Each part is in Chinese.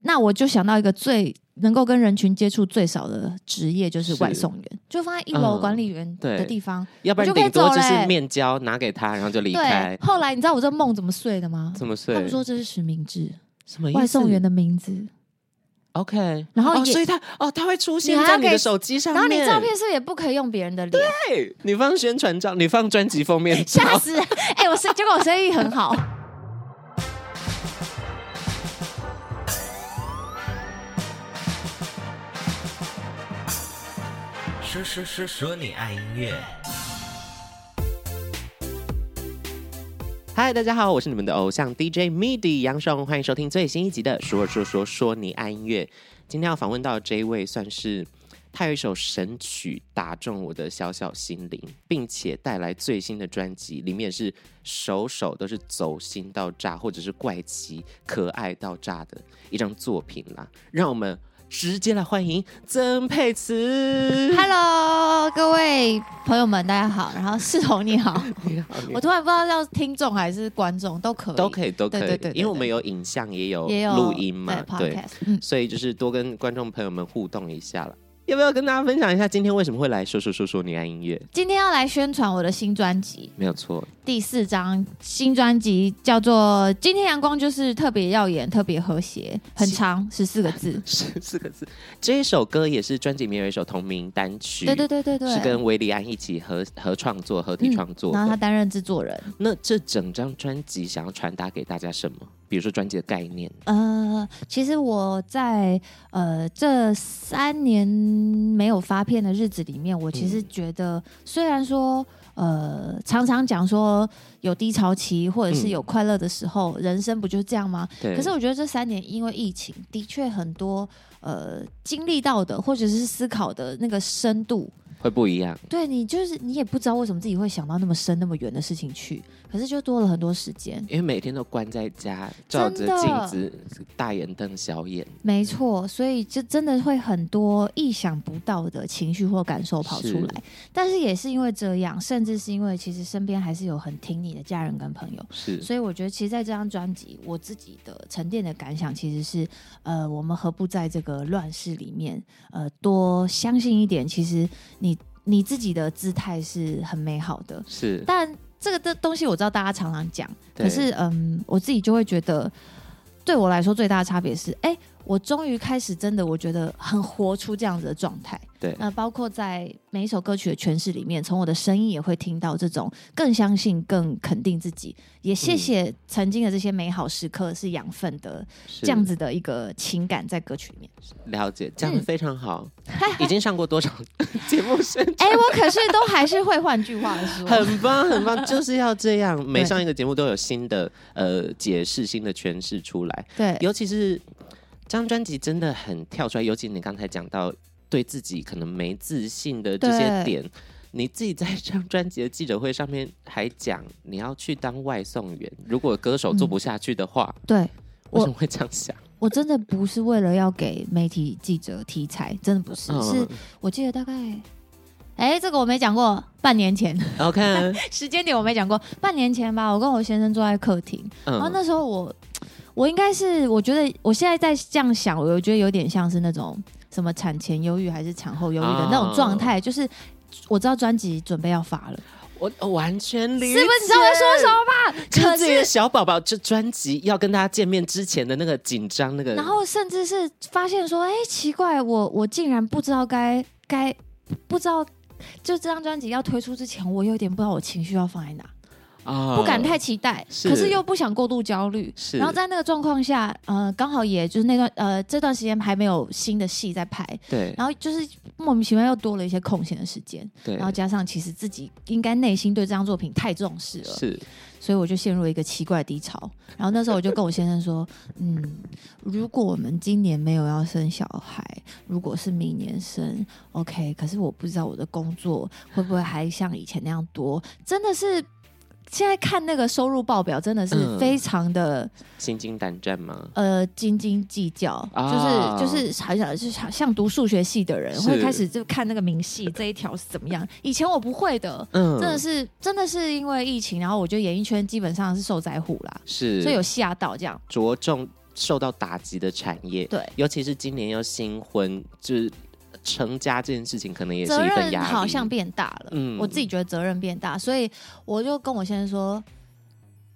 那我就想到一个最能够跟人群接触最少的职业，就是是外送员，就放在一楼嗯管理员的对地方。要不我就然可以顶多走就嘞是面交拿给他，然后就离对开，。后来你知道我这梦怎么睡的吗？这么睡他，们说这是实名制，什么意思？外送员的名字。 OK，然后哦也所以他哦，他会出现你还在要你给的手机上然后你面照片是不是也不可以用别人的脸，对，啊你放宣传照，你放专辑封面照，吓死！哎、我生结果我生意很 好。说说说说你爱音乐。嗨，大家好，我是你们的偶像 DJ MIDI 杨爽，欢迎收听最新一集的《说说说说你爱音乐》。今天要访问到这一位，算是他有一首神曲打中我的小小心灵，并且带来最新的专辑，里面也是首首都是走心到炸，或者是怪奇可爱到炸的一张作品啦。让我们直接来欢迎曾沛慈。 Hello，各位朋友们，大家好。然后世彤你 好，你好，哦你我突然不知道要听众还是观众都可以，都可以，都可以，对对对对因为我们有影像，也有也有录音嘛，对 podcast，嗯，所以就是多跟观众朋友们互动一下了。要不要跟大家分享一下今天为什么会来说说说说你爱音乐？今天要来宣传我的新专辑，没有错，第四张新专辑叫做《今天阳光》，就是特别耀眼，特别和谐，很长，十四个 字。十四个字。这一首歌也是专辑里面有一首同名单曲，对对对对对，嗯是跟维里安一起合合创作、合体创作然后他的。担任制作人。那这整张专辑想要传达给大家什么？比如说专辑的概念，呃，其实我在呃这三年没有发片的日子里面，我其嗯实觉得，虽然说呃常常讲说有低潮期或者是嗯有快乐的时候，人生不就是这样吗？对，可是我觉得这三年因为疫情，的确很多呃经历到的或者是思考的那个深度，会不一样。对你就是你也不知道为什么自己会想到那么深那么远的事情去，可是就多了很多时间。因为每天都关在家，照着真的镜子大眼瞪小眼，没错，所以就真的会很多意想不到的情绪或感受跑出来。但是也是因为这样，甚至是因为其实身边还是有很挺你的家人跟朋友，是所以我觉得其实在这张专辑，我自己的沉淀的感想其实是，呃，我们何不在这个乱世里面，呃，多相信一点，其实你你自己的姿态是很美好的，是，但这个的东西我知道大家常常讲，对可是嗯，我自己就会觉得，对我来说最大的差别是，哎、我终于开始真的我觉得很活出这样子的状态。对那包括在每一首歌曲的诠释里面，从我的声音也会听到这种更相信、更肯定自己，也谢谢曾经的这些美好时刻是养分的这这样子的一个情感在歌曲里面。了解，讲的嗯非常 好，已经上过多少节目宣传？哎、我可是都还是会换句话说，很棒，很棒，就是要这样。每上一个节目都有新的呃解释、新的诠释出来，对，尤其是这张专辑真的很跳出来。尤其你刚才讲到对自己可能没自信的这些对点，你自己在这张专辑的记者会上面还讲你要去当外送员，如果歌手做不下去的话，对。我为什么会这样想？我真的不是为了要给媒体记者题材，真的不嗯是，是我记得大概，哎、这个我没讲过，半年前 嗯 ，OK，时间点我没讲过，半年前吧，我跟我先生坐在客厅，然后嗯，那时候我，我应该是，我觉得我现在在这样想，我觉得有点像是那种什么产前忧郁还是产后忧郁的啊那种状态，就是我知道专辑准备要发了，我我完全是理解，不是你知道我在说什么吗？ 就是可自是己的小宝宝，这专辑要跟大家见面之前的那个紧张，那个然后甚至是发现说，哎、奇怪，我我竟然不知道该该不知道，就这张专辑要推出之前，我有点不知道我情绪要放在哪，啊不敢太期待，是可是又不想过度焦虑。是，然后在那个状况下，呃，刚好也就是那段呃这段时间还没有新的戏在拍，对然后就是莫名其妙又多了一些空闲的时间，对，然后加上其实自己应该内心对这张作品太重视了，是所以我就陷入了一个奇怪的低潮。然后那时候我就跟我先生说， 嗯，如果我们今年没有要生小孩，如果是明年生，OK，可是我不知道我的工作会不会还像以前那样多，真的是。现在看那个收入报表，真的是嗯非常的、心惊胆战吗？呃斤斤计较，啊就是就是好像就是好像读数学系的人是会开始就看那个明细这一条是怎么样。以前我不会的，嗯真的是真的是因为疫情，然后我觉得演艺圈基本上是受灾户啦，是，所以有吓到这样。着重受到打击的产业，对，尤其是今年又新婚，就是成家这件事情，可能也是责一份任压力。好像变大了，嗯我自己觉得责任变大，所以我就跟我先生说，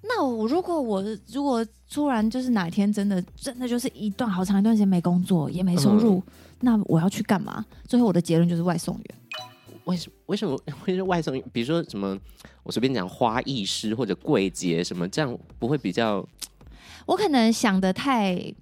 那我如果我如果突然就是哪天真的真的就是一段好长一段时间没工作也没收嗯入，那我要去干嘛？最后我的结论就是外送员，为什么为什么 会是外送？比如说什么，我随便讲花艺师或者柜姐什么，这样不会比较我可能想的太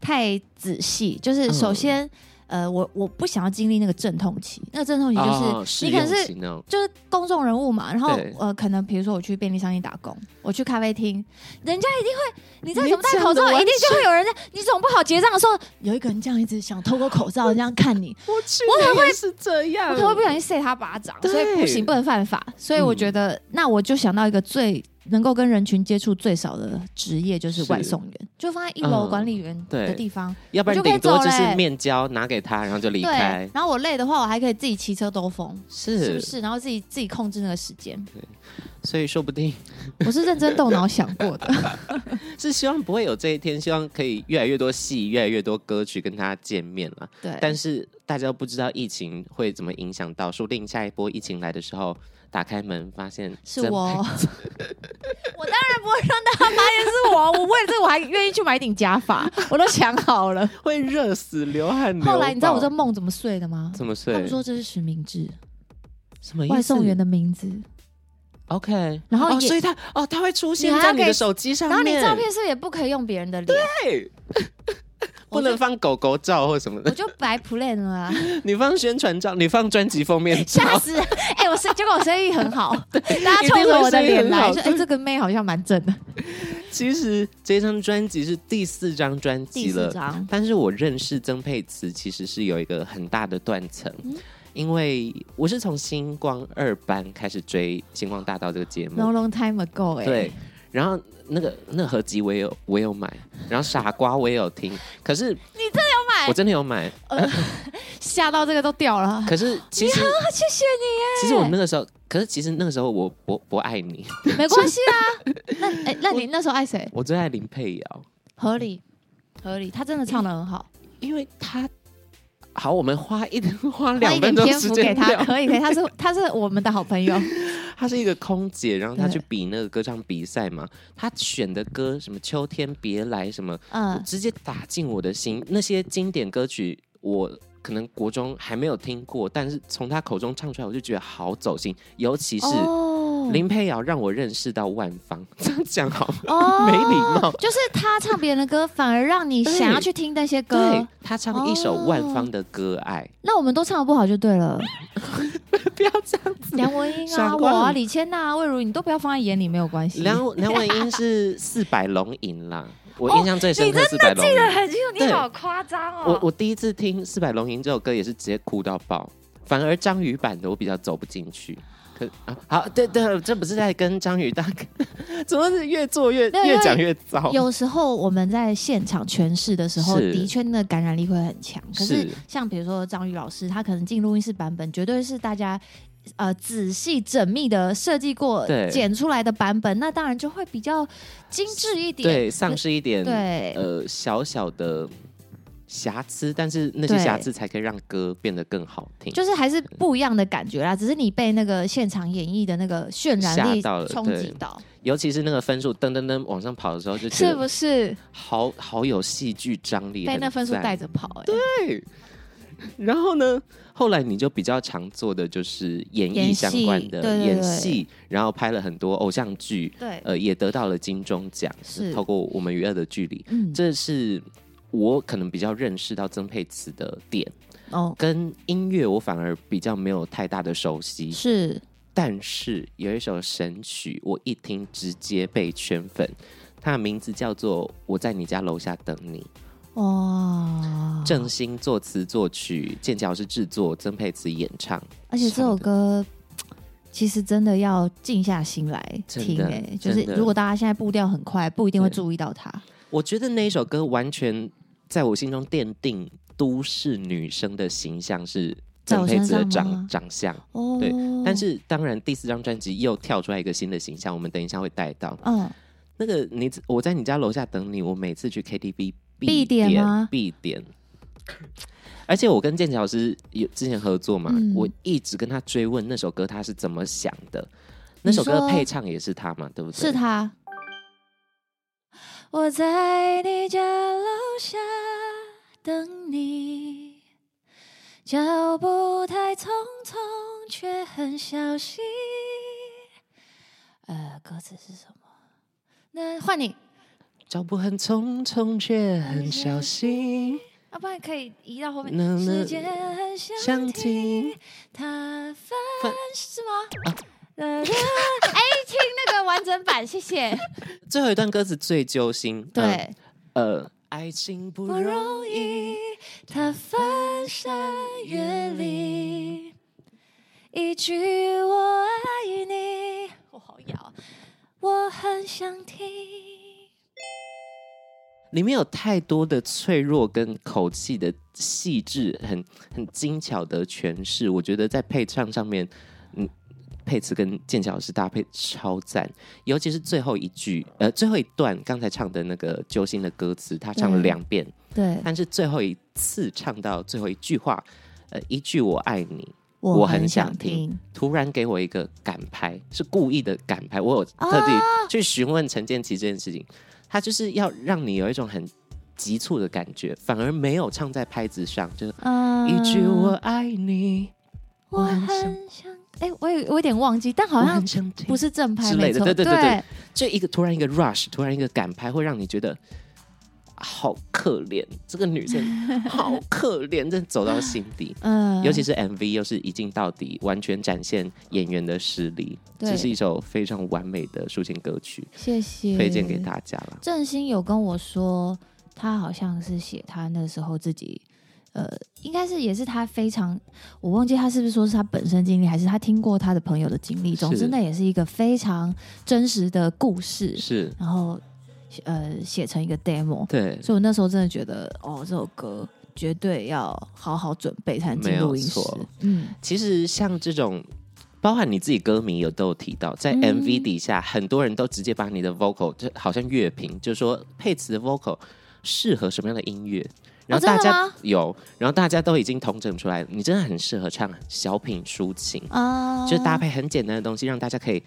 太仔细，嗯就是首先。呃，我我不想要经历那个阵痛期，那个阵痛期哦就是、试你可用能是型哦，就是公众人物嘛，然后对呃，可能比如说我去便利商店打工，我去咖啡厅，人家一定会，你再你怎么戴讲口得罩，完一定就会有人在你总不好结账的时候，有一个人这样一直想透过口罩这样看你，我去我年也是这样我可能会不小心塞他巴掌，对所以不行，不能犯法。所以我觉得，那我就想到一个最能够跟人群接触最少的职业，就是是外送员，就放在一楼嗯管理员的对地方。要不然我就可以顶多就走是嘞面交拿给他，然后就离对开，。然后我累的话，我还可以自己骑车兜风，是是不是？然后自己自己控制那个时间，所以说不定 我是认真动脑想过的。是希望不会有这一天，希望可以越来越多戏，越来越多歌曲跟他见面了。对，但是大家都不知道疫情会怎么影响到，说不定下一波疫情来的时候，打开门发现是真我， 我当然不会让大家发现是我。我为了这，我还愿意去买顶假发，我都想好 了。会热死，流汗流爆。啊后来你知道我这梦怎么睡的吗？怎么睡？他们说这是实名制，什么意思？外送员的名字。 OK，然后哦，也所以他哦，他会出现你还在要你的给手机上然后你面，照片是不是也不可以用别人的脸？对，啊不我能就放狗狗照或什么我的，就白 plan 了啊，你放宣传照，你放专辑封面吓照，死！哎、我生结果我生意很好，大家一定冲会着我的脸来，生意很好说：“哎、这个妹好像蛮 正的。其实这张专辑是第四张专”第辑四了，张，但是我认识曾沛慈其实是有一个很大的断层，嗯因为我是从星光二班开始追《星光大道》这个节 long 目， long time ago，哎、嗯对，然后那个那个合集我也有我也有买，然后傻瓜我也有听，哎可是我买真的有买，吓到这个都掉 了。可是其实啊，谢谢其实我那个时候，可是其实那个时候我我不爱你，你，没关系啊。那哎、那你那时候爱谁？我最爱林佩瑶，合理，合理，他真的唱的很好，因为她好，我们花一花花 两一点分钟篇时幅间给他聊， 可以，可以，他是他是我们的好朋友，她是一个空姐，然后她对去比那个歌唱比赛嘛，她选的歌什么《秋天别来》什么，嗯，直接打进我的心。那些经典歌曲，我可能国中还没有听过，但是从她口中唱出来，我就觉得好走心。尤其是哦 林佩瑶，让我认识到万芳， 这样讲好吗？哦没礼貌就是他唱别人的歌，反而让你想要去听那些歌哦对。她唱一首万芳的歌《 爱》。那我们都唱的不好就对了。 不要这样子。梁文音啊，闪我光啊，李千娜啊，魏如，你都不要放在眼里，没有关系。梁 梁文音是四百龙吟啦，哦我印象最深刻四百龙吟。很清楚，你对好哦夸张我我第一次听四百龙吟这首歌也是直接哭到爆，反而章鱼版的我比较走不进去。可啊，好，对对，这不是在跟章鱼大哥， 怎么是越做越没有越讲越糟？有时候我们在现场诠释的时候，是的确那感染力会很强。可是是像比如说张宇老师，他可能进录音室版本，绝对是大家呃仔细缜密的设计过对剪出来的版本，那当然就会比较精致一点。对，丧失一点对呃小小的瑕疵，但是那些对瑕疵才可以让歌变得更好听。就是还是不一样的感觉啦，只是你被那个现场演绎的那个渲染力吓到了冲击到，尤其是那个分数噔噔噔往上跑的时候，就觉是得不是好好有戏剧张力，被那很分数赞带。着跑、欸？对，然后呢，后来你就比较常做的就是演艺演相戏关的对对演对戏，然后拍了很多偶像剧，对呃，也得到了金钟奖，是透过我们娱乐的距离，嗯，这是。我可能比较认识到曾沛慈的点，哦，跟音乐我反而比较没有太大的熟悉，是但是有一首神曲，我一听直接被圈粉，它的名字叫做《我在你家楼下等你》，哇，郑兴作词作曲，剑桥是制作，曾沛慈演唱。而且这首歌其实真的要静下心来真听、的欸，就是真的如果大家现在步调很快，不一定会对注意到它。我觉得那一首歌完全在我心中奠定都市女生的形象是曾沛慈的在我身上吗长长相。哦，对但是当然，第四张专辑又跳出来一个新的形象，我们等一下会带到。嗯，那个你我在你家楼下等你，我每次去 KTV 必点吗必点。而且我跟剑桥老师有之前合作嘛，嗯我一直跟他追问那首歌他是怎么想的，那首歌说配唱也是他嘛，对不对？是他。我在你家楼下等你，脚步太匆匆，却很小心。呃，歌词是什么？那换你，脚步很匆匆，却哎很小心。要不然可以移到后面。那那时间很像想停，听他翻翻是吗？呃， 哎，听那个完整版，谢谢。最后一段歌词最揪心。 对。嗯呃，爱情不不容容易易。，他翻山越岭，一句我爱你，我好咬，啊我很想听。里面有太多的脆弱跟口气的细致，很很精巧的诠释。我觉得在配唱上面，嗯，配词跟剑桥老师搭配超赞，尤其是最后一句，呃，最后一段刚才唱的那个揪心的歌词，他唱了对两遍，对，但是最后一次唱到最后一句话，呃，一句我爱你。我我很很想想听。突然给我一个赶拍，是故意的赶拍。我有啊特地去询问陈建奇这件事情，他就是要让你有一种很急促的感觉，反而没有唱在拍子上，就是嗯一句我爱你，我很想，哎，我有我有点忘记，但好我像很想听不是正拍，之类没的错，对对对对这一个突然一个 rush，突然一个赶拍，会让你觉得好可怜，这个女生好可怜，真的走到心底。嗯，尤其是 MV 又是一镜到底，完全展现演员的实力，对这是一首非常完美的抒情歌曲。谢谢推荐给大嗯家啦。郑兴有跟我说，他好像是写他那时候自己，呃，应该是也是他非常，我忘记他是不是说是他本身经历，还是他听过他的朋友的经历。总是之，那也是一个非常真实的故事，是，然后呃写成一个 demo。对，所以我那时候真的觉得，哦，这首歌绝对要好好准备才能没进有录音室错。嗯，其实像这种。包含你自己歌迷有都有提到，在嗯 MV 底下，很多人都直接把你的 vocal 就好像乐评，就说配词的 vocal 适合什么样的音乐，然后哦真大的家、吗有，然后大家都已经统整出来，你真的很适合唱小品抒情，啊，就是搭配很简单的东西，让大家可以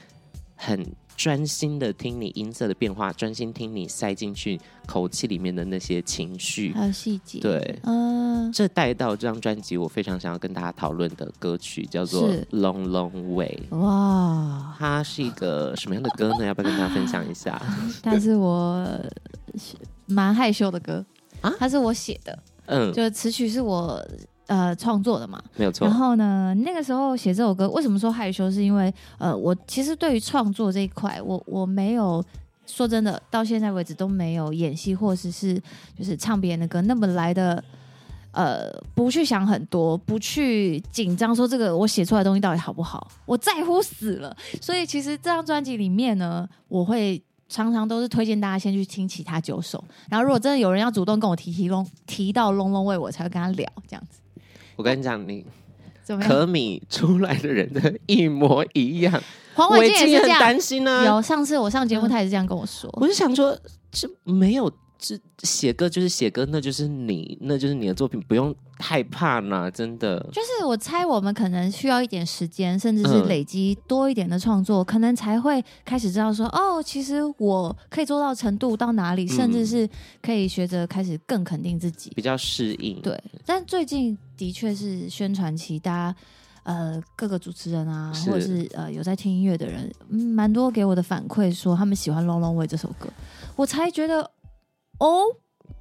很专心的听你音色的变化，专心听你塞进去口气里面的那些情绪，还有细节，，对，嗯、这带到这张专辑，我非常想要跟大家讨论的歌曲叫做是《Long Long Way》，哇，它是一个什么样的歌呢？要不要跟大家分享 一下？但是我是蛮害羞的歌啊它是我写的，嗯，就是词曲是我呃创作的嘛。没有错然，后呢，那个时候写这首歌，为什么说害羞？是因为呃，我其实对于创作这一块，我我没有。说真的，到现在为止都没有演戏或者是就是唱别人的歌那么来的，呃，不去想很多，不去紧张，说这个我写出来的东西到底好不好，我在乎死了。所以其实这张专辑里面呢，我会常常都是推荐大家先去听其他九首，然后如果真的有人要主动跟我提提龙提到龙龙为我才会跟他聊这样子，我跟你讲，你怎么样？可米出来的人的一模一样，黄我伟已健经也是很这样。担心呢。有上次我上节目，他也是这样跟我说。我就想说，这没有。这写歌就是写歌，那就是你，那就是你的作品，不用害怕啦，真的。就是我猜我们可能需要一点时间，甚至是嗯累积多一点的创作，可能才会开始知道说，哦，其实我可以做到程度到哪里，甚至嗯是可以学着开始更肯定自己。比较适应，对，但最近的确是宣传期，大家呃各个主持人啊，是或者是呃有在听音乐的人，嗯，蛮多给我的反馈说他们喜欢《龙龙味》这首歌，我才觉得哦，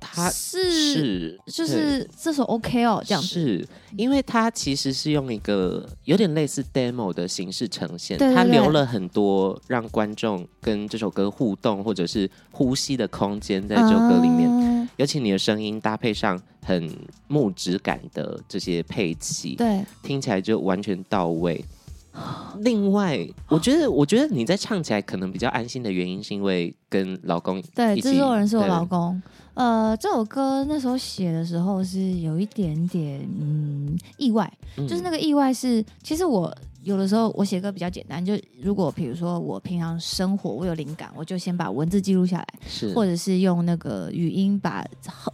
它是是就是这首 OK 哦，这样子。是因为它其实是用一个有点类似 demo 的形式呈现，对对它对留了很多让观众跟这首歌互动或者是呼吸的空间在这首歌里面。嗯尤其你的声音搭配上很木质感的这些配器，对，听起来就完全 到位。另外，我觉得，我觉得你在唱起来可能比较安心的原因，是因为跟老公对，一起制作人是我对老公。呃，这首歌那时候写的时候是有一点点嗯意外，嗯就是那个意外是，其实我有的时候我写歌比较简单，就如果比如说我平常生活我有灵感，我就先把文字记录下来，是或者是用那个语音把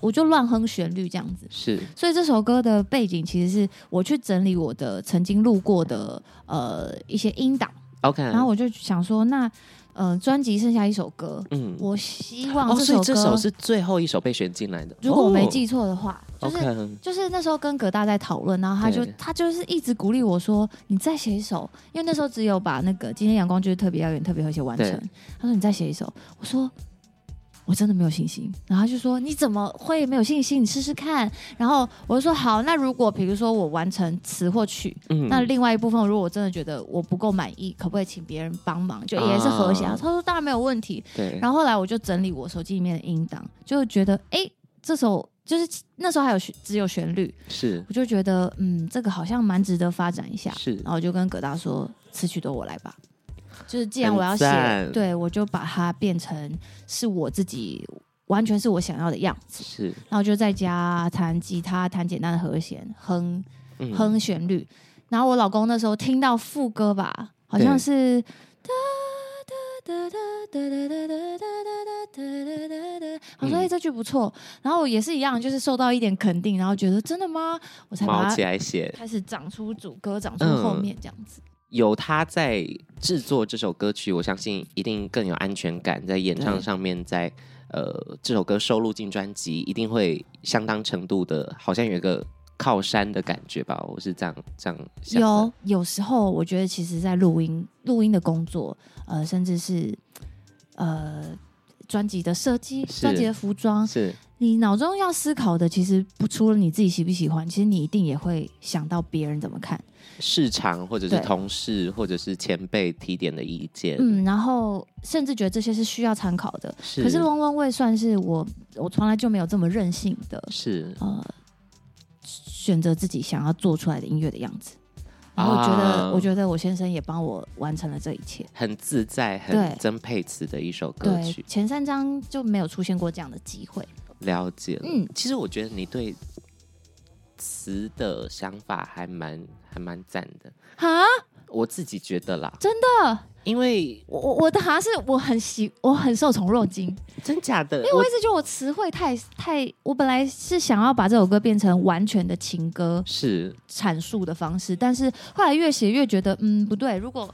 我就乱哼旋律这样子。是所以这首歌的背景其实是我去整理我的曾经录过的呃一些音档， OK，然后我就想说，那呃专辑剩下一首歌，嗯，我希哦，望这首所以歌，这首是最后一首被选进来的，如果我没哦记错的话，就是 OK，嗯就是那时候跟葛大在讨论，然后他就对他就是一直鼓励我说：“你再写一首，因为那时候只有把那个今天阳光就是特别耀眼、特别和谐完成对。”他说：“你再写一首。”我说：“我真的没有信心。”然后他就说：“你怎么会没有信心？你试试看。”然后我就说：“好，那如果比如说我完成词或曲，嗯那另外一部分如果我真的觉得我不够满意，可不可以请别人帮忙？就也是和谐啊。啊嗯他说：“当然没有问题。”对，然后后来我就整理我手机里面的音档，就觉得哎、诶这首就是那时候还有旋只有旋律，是我就觉得嗯，这个好像蛮值得发展一下。是然后我就跟葛大说，词曲都我来吧。就是既然我要很赞写，对我就把它变成是我自己完全是我想要的样子，是，然后就在家弹吉他，弹简单的和弦，哼嗯哼旋律。然后我老公那时候听到副歌吧，好像是哒哒哒哒哒哒哒哒哒哒哒哒哒，我说嗯哎这句不错，然后也是一样，就是受到一点肯定，然后觉得真的吗？我才把毛起它来写。开始长出主歌，长出嗯后面这样子。有他在制作这首歌曲，我相信一定更有安全感，在演唱对上面，在呃这首歌收录进专辑，一定会相当程度的，好像有一个靠山的感觉吧，我是这样这样想的。有有时候，我觉得其实，在录音录音的工作，呃，甚至是呃专辑的设计、是专辑的服装，是你脑中要思考的，其实不除了你自己喜不喜欢，其实你一定也会想到别人怎么看。市场或者是对同事或者是前辈提点的意见，嗯，然后甚至觉得这些是需要参考的。是可是龙龙卫算是我，我从来就没有这么任性的是呃选择自己想要做出来的音乐的样子。然后我觉得，啊我觉得我先生也帮我完成了这一切。很自在、很对曾沛慈的一首歌对曲，，前三章就没有出现过这样的机会。了解了。嗯其实我觉得你对词的想法还蛮还蛮赞的，哈，我自己觉得啦，真的，因为我我我的哈是我很喜，我很受宠若惊。真假的，因为我我一直觉得我词汇太太，我本来是想要把这首歌变成完全的情歌是阐述的方式，但是后来越写越觉得，嗯，不对。如果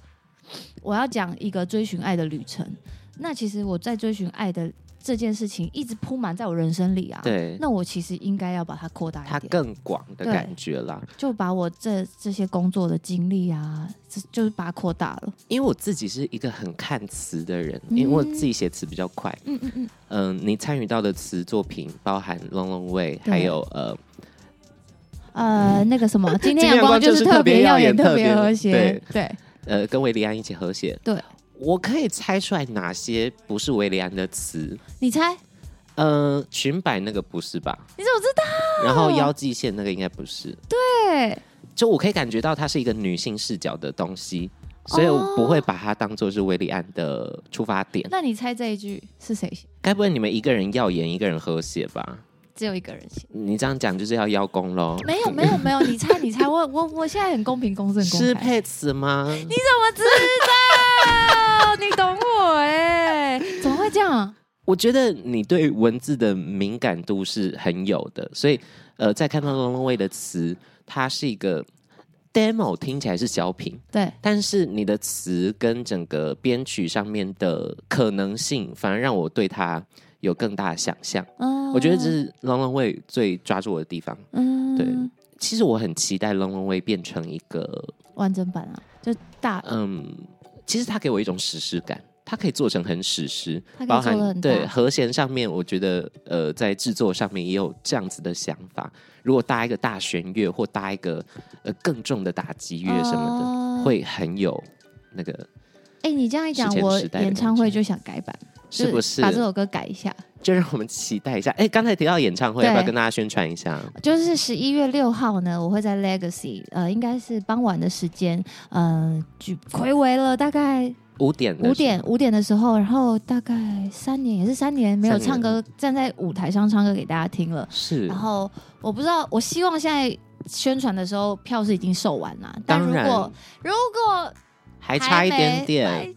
我要讲一个追寻爱的旅程，那其实我在追寻爱的这件事情一直铺满在我人生里啊。，对。那我其实应该要把它扩大它一点，更广的对感觉啦，就把我这这些工作的经历啊，这就是把它扩大了。因为我自己是一个很看词的人，因为我自己写词比较快，嗯嗯嗯，嗯、你参与到的词作品包含《Long Long Way》，对还有呃，呃，那个什么，今天天阳阳光光就就是是特特别别耀耀眼，眼特特别别和谐对，对呃，跟维利安一起合写。对，我可以猜出来哪些不是维利安的词。你猜？呃，裙摆那个不是吧？你怎么知道？然啊后腰际线那个应该不是。对，就我可以感觉到它是一个女性视角的东西，所以我不会哦把它当做是维利安的出发点。那你猜这一句是谁写？该不会你们一个人耀眼，一个人和谐吧？只有一个人写。你这样讲就是要邀功喽？没有没有没有，你猜你猜，我我我现在很公平公正公是开。佩慈吗？你怎么知道？ 你懂我哎、怎么会这样？我觉得你对文字的敏感度是很有的，所以呃，在看到 Long Long Way 的词，它是一个 demo 听起来是小品，对，但是你的词跟整个编曲上面的可能性，反而让我对它有更大的想象。嗯，我觉得这是 Long Long Way 最抓住我的地方。嗯对其实我很期待 Long Long Way 变成一个，完整版啊，就大嗯，其实它给我一种史诗感。它可以做成很史诗，它可以包做得含很对大和弦上面，我觉得呃，在制作上面也有这样子的想法。如果搭一个大弦乐，或搭一个呃更重的打击乐什么的，的会很有那个哦哎、你这样一讲史，前我时代的演唱会就想改版，是不是？就把这首歌改一下，就让我们期待一下。哎，刚才提到演唱会，对要不要跟大家宣传一下？就是十一月六号呢，我会在 Legacy，呃，应该是傍晚的时间，嗯、呃，举回违了大概五点的时候，五点五点的时候，然后大概三年也是三年没有三唱年歌，站在舞台上唱歌给大家听了。是，然后我不知道，我希望现在宣传的时候票是已经售完了，但当如然果如果还差一点没点，拜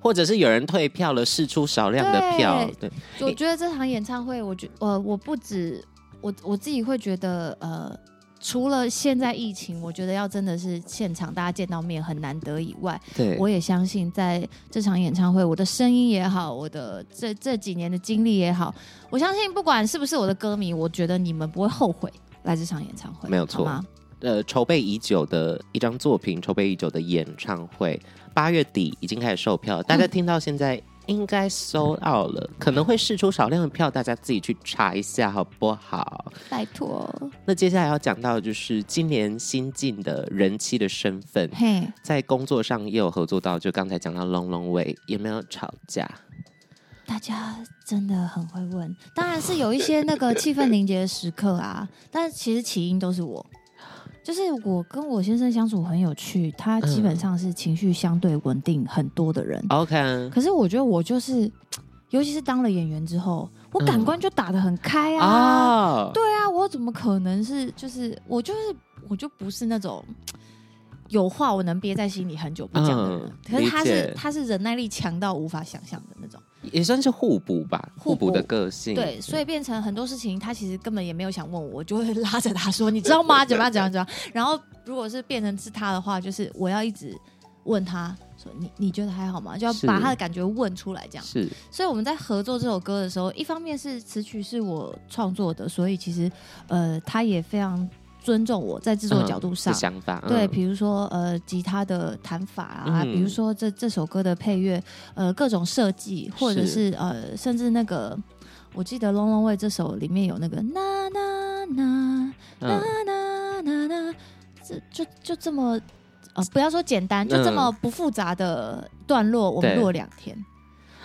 或者是有人退票了，试出少量的票，对，托我觉得这场演唱会，我觉呃我不止我我自己会觉得呃。除了现在疫情，我觉得要真的是现场大家见到面很难得以外，对，我也相信，在这场演唱会，我的声音也好，我的这这几年的经历也好，我相信不管是不是我的歌迷，我觉得你们不会后悔来这场演唱会，没有错好吗？呃筹备已久的一张作品，筹备已久的演唱会，八月底已经开始售票了，大嗯家听到现在应该 sold out 了，可能会试出少量的票，大家自己去查一下好不好？拜托，那接下来要讲到的就是今年新进的人妻的身份，嘿，在工作上也有合作到，就刚才讲到 Long Long Way 也没有吵架，大家真的很会问，当然是有一些那个气氛凝结的时刻啊，但其实起因都是我。就是我跟我先生相处很有趣，他基嗯本上是情绪相对稳定很多的人， OK，可是我觉得我就是，尤其是当了演员之后，我感官就打得很开啊。哦，对啊，我怎么可能是就是我就是我就不是那种有话我能憋在心里很久不讲的人，嗯可是他理解是他是忍耐力强到无法想象的那种。也算是互补吧，互互补补的个性，对，所以变成很多事情，他其实根本也没有想问我，我就会拉着他说：“你知道 吗？怎么样？怎么样？怎么样？”然后如果是变成是他的话，就是我要一直问他说：“你你觉得还好吗？”就要是把他的感觉问出来，这样。是所以我们在合作这首歌的时候，一方面是词曲是我创作的，所以其实呃，他也非常尊重我在制作的角度上嗯是。想法，对，嗯比如说呃，吉他的弹法啊，嗯比如说这这首歌的配乐，呃，各种设计，或者是呃，甚至那个，我记得《Long Long Way》这首里面有那个那那那嗯那那那那，这就就这么呃，不要说简单，就这嗯么不复杂的段落，我们对录了两天。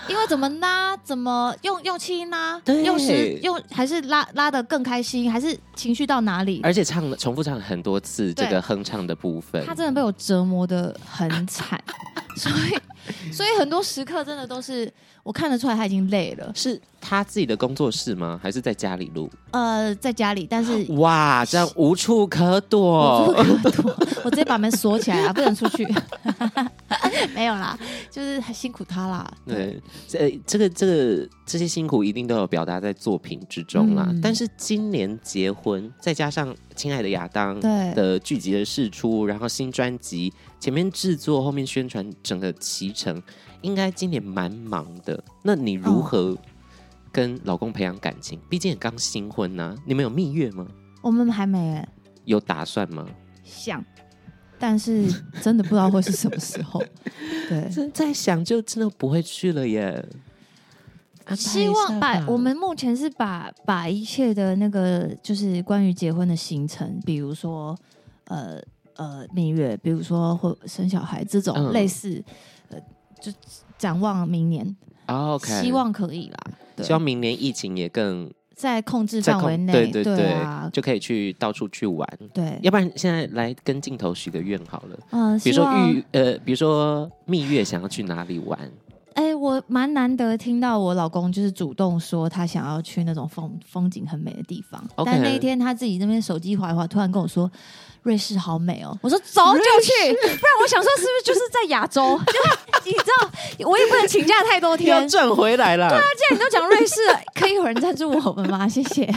因为怎么拉，怎么用用气音拉，对用时用还是拉拉的更开心，还是情绪到哪里？而且唱了重复唱很多次对这个哼唱的部分，他真的被我折磨的很惨， 所以所以很多时刻真的都是我看得出来他已经累了。是他自己的工作室吗？还是在家里录？呃，在家里，但是 哇，这样无处可我躲。不敢躲，我直接把门锁起来啊，不能出去。 没有啦，就是很辛苦他啦。对，这这个这个这些辛苦一定都有表达在作品之中啦。嗯但是今年结婚，再加上《亲爱的亚当》对的剧集的试出，然后新专辑前面制作，后面宣传，整个脐程应该今年蛮忙的。那你如何跟老公培养感情？毕竟也刚新婚呐、你们有蜜月吗？我们还没欸有打算吗？想，但是真的不知道会是什么时 候。对，真在想，就真的不会去了耶。安排一下希望把吧我们目前是把把一切的那个就是关于结婚的行程，比如说呃呃蜜月，比如说或生小孩这种嗯类似，呃，就展望明年哦 OK，希望可以啦。对希望明年疫情也更在控制在范围控内，对对啊，就可以去到处去玩。对，要不然现在来跟镜头许个愿好了，嗯，比希如说望玉呃，比如说蜜月想要去哪里玩，哎、我蛮难得听到我老公就是主动说他想要去那种风风景很美的地方 OK 但那一天他自己那边手机滑一滑，突然跟我说瑞士好美哦，我说走就去，不然我想说是不是就是在亚洲？ 因为你知道我也不能请假太多天，要赚回来啦，既然你都讲瑞士了，可以有人赞助我们吗？谢谢。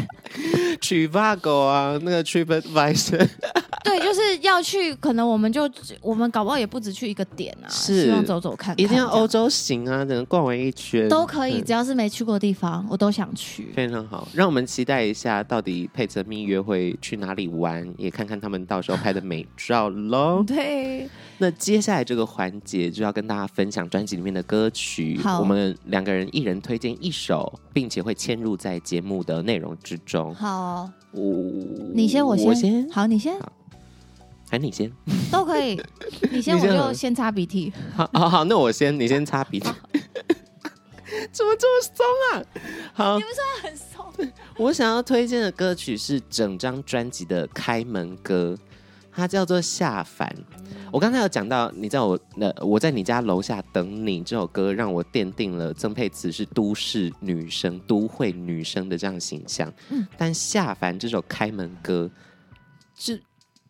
取发狗啊，那个 TripAdvisor 对，就是要去，可能我们就我们搞不好也不止去一个点啊，是希望走走看看一定要这样欧洲行啊，整个逛完一圈都可以，嗯只要是没去过的地方，我都想去。非常好，让我们期待一下，到底佩泽蜜月会去哪里玩，也看看他们到时候拍的美照嗯喽。对。那接下来这个环节就要跟大家分享专辑里面的歌曲，好我们两个人一人推荐一首，并且会嵌入在节目的内容之中。好哦、我你先，我先，我先，好，你先还你先？都可以，你先，你我先就先擦鼻涕。好好好，那我先，你先擦鼻涕。 怎么这么松啊？好，很松，我想要推荐的歌曲是整张专辑的开门歌，它叫做《下凡》。我刚才有讲到，你在我呃我在你家楼下等你这首歌，让我奠定了曾沛慈是都市女生、都会女生的这样形象。嗯但《下凡》这首开门歌，是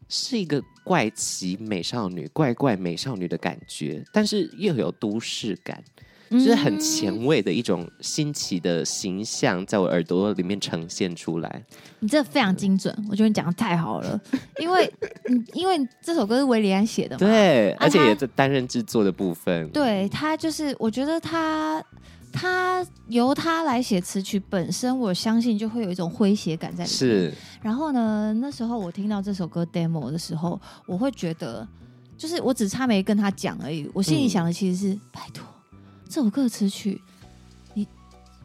是一个怪奇美少女、怪怪美少女的感觉，但是又有都市感，嗯就是很前卫的一种新奇的形象，在我耳朵里面呈现出来。你这非常精准，我觉得你讲的太好 了，因为你因为这首歌是维里安写的嘛，对，啊而且它也在担任制作的部分。对他就是，我觉得他他由他来写词曲本身，我相信就会有一种诙谐感在里面。是然后呢，那时候我听到这首歌 demo 的时候，我会觉得，就是我只差没跟他讲而已。我心嗯里想的其实是，拜托，这首歌的词曲，你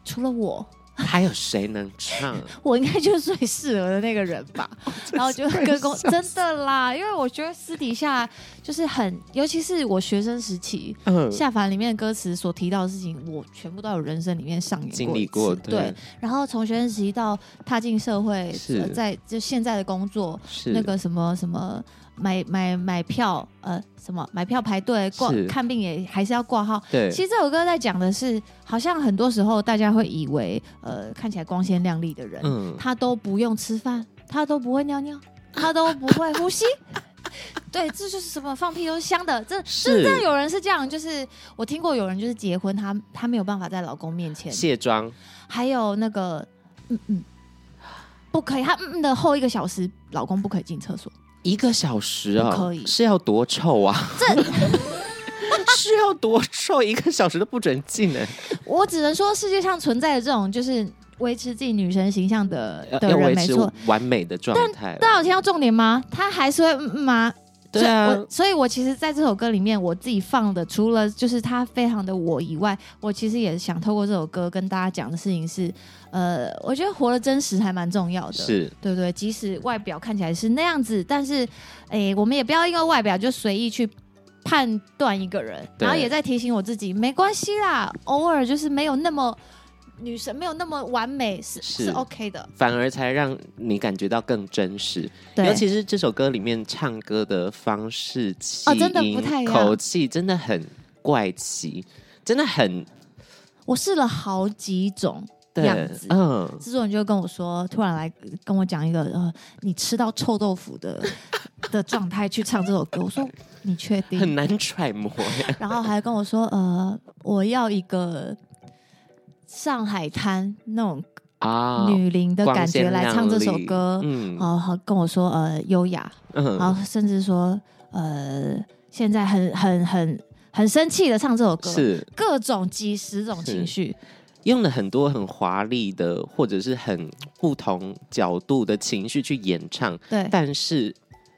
除了我，还有谁能唱？我应该就是最适合的那个人吧。哦然后就跟公真的啦，因为我觉得私底下就是很，尤其是我学生时期，嗯下凡里面的歌词所提到的事情，我全部都有人生里面上演经历过一次对，然后从学生时期到踏进社会，是呃在就现在的工作，是那个什么什么买买买票，呃，什么买票排队挂是看病也还是要挂号。对，其实这首歌在讲的是，好像很多时候大家会以为，呃，看起来光鲜亮丽的人，嗯，他都不用吃饭，他都不会尿 尿，他都不会呼吸。 对，这就是什么放屁都是香的。这是真正有人是这样，就是我听过有人就是结婚，她她没有办法在老公面前，卸妆还有那个嗯嗯，不可以，她嗯嗯的后一个小时，老公不可以进 厕所。一个小时不哦可，以是要多臭啊？这 是要多臭？一个小时都不准进哎，我只能说世界上存在的这种就是维持自己女神形象的要的要维人，没持错。完美的状态。大家有听到重点吗？她还是会嗯嗯吗？对啊所以我，所以我其实在这首歌里面，我自己放的除了就是它非常的我以外，我其实也想透过这首歌跟大家讲的事情是，呃，我觉得活得真实还蛮重要的，是对不对？即使外表看起来是那样子，但是，哎，我们也不要因为外表就随意去。判断一个人，对然后也在提醒我自己，没关系啦，偶尔就是没有那么女神，没有那么完美是是是 OK 的。反而才让你感觉到更真实，对，尤其是这首歌里面唱歌的方式、气哦真的音不太一样口气真的很怪奇，真的很我试了好几种对样子，嗯，制作人就跟我说，突然来跟我讲一个，呃，你吃到臭豆腐的 的状态去唱这首歌，我说你确很定？难揣摩 耶然后还跟我说，呃，我要一个上海滩那种啊女伶的感光鲜觉来亮唱这首丽歌，嗯哦，好跟我说，呃，优雅，然嗯，后甚至说，呃，现在很很很很生气的唱这首歌，是各种几十种情是绪，用了很多很华丽的，或者是很不同角度的情绪去演唱，对。但是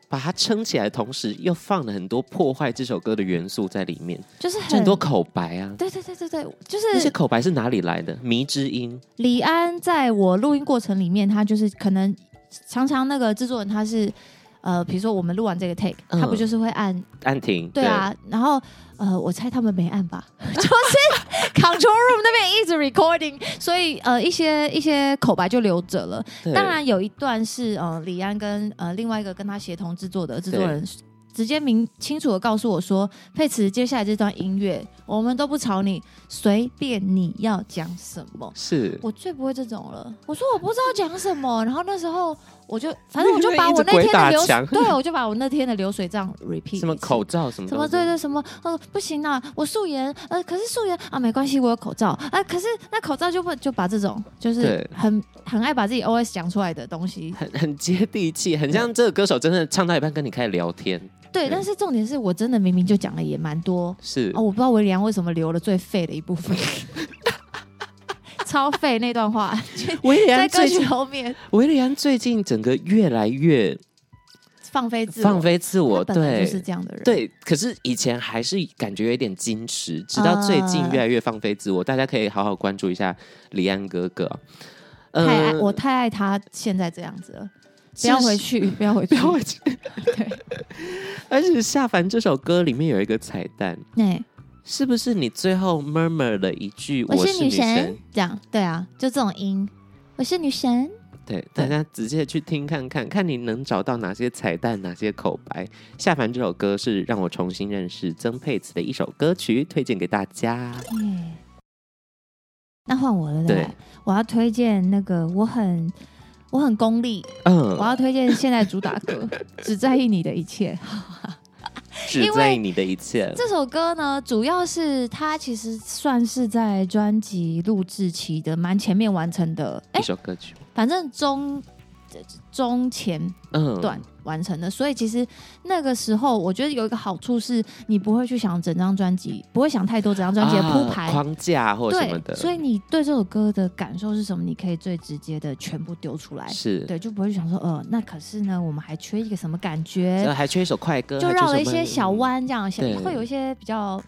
把它撑起来，的同时又放了很多破坏这首歌的元素在里面，就是就很多口白啊。对对对对对，就那些是口白是哪里来的？迷之音李安在我录音过程里面，他就是可能常常那个制作人他是。呃，比如说我们录完这个 take，、嗯他不就是会按安婷，对啊，然后呃，我猜他们没按吧， 就是 control room 那边一直 recording，所以呃，一些一些口白就留着了。对，当然有一段是呃，李安跟呃另外一个跟他协同制作的制作人直接明清楚的告诉我说，佩慈，接下来这段音乐我们都不吵你，随便你要讲什么。是我最不会这种了。我说我不知道讲什么， 然后那时候我就反正我 就把一直我那天鬼打的流水墙，对我就把我那天的流水账 repeat 什么一次口罩什么什么东西对对什么呃不行啊，我素颜呃可是素颜啊没关系，我有口罩啊、可是那口罩就不就把这种就是对很很爱把自己 OS 讲出来的东西，很 很接地气，很像这个歌手真的唱到一半跟你开始聊天，对，对但是重点是我真的明明就讲了也蛮多是哦，我不知道维里安为什么留了最废的一部分， 超废那段话维里在安歌最曲近，后面 维里安最近整个越来越放飞自我，放飞自我，他本来对，就是这样的人，对，可是以前还是感觉有点矜持，直到最近啊越来越放飞自我。大家可以好好关注一下李安哥哥。呃太爱哎我太爱他现在这样子了，不要回，去，不要回 不去，要回去。 对， 而且《下凡》这首歌里面有一个彩蛋，哎是不是你最后 murmur 了一句“我是是女神这样对啊，就这种音，我是女神，”？对，大家直接去听看看，看你能找到哪些彩蛋、哪些口白。《下凡》这首歌是让我重新认识曾沛慈的一首歌曲，推荐给大家。耶。哎那换我了，对不对对我要推荐那个我很我我很功利，我嗯，要推荐现在主打 歌《只在意你的一切》。只在意你的一切。这首歌呢，主要是它其实算是在专辑录制期的蛮前面完成的，哎一，首歌曲，反正中中前嗯，段完成的，所以其实那个时候我觉得有一个好处是，你不会去想整张专辑，不会想太多整张专辑的铺啊排。框架或什么对，的，所以你对这首歌的感受是什么？你可以最直接的全部丢出来，是，对，就不会去想说，呃，那可是呢，我们还缺一个什么感觉？然后还缺一首快歌，就啊还缺绕了首一些慢小弯，这样想对会有一些比较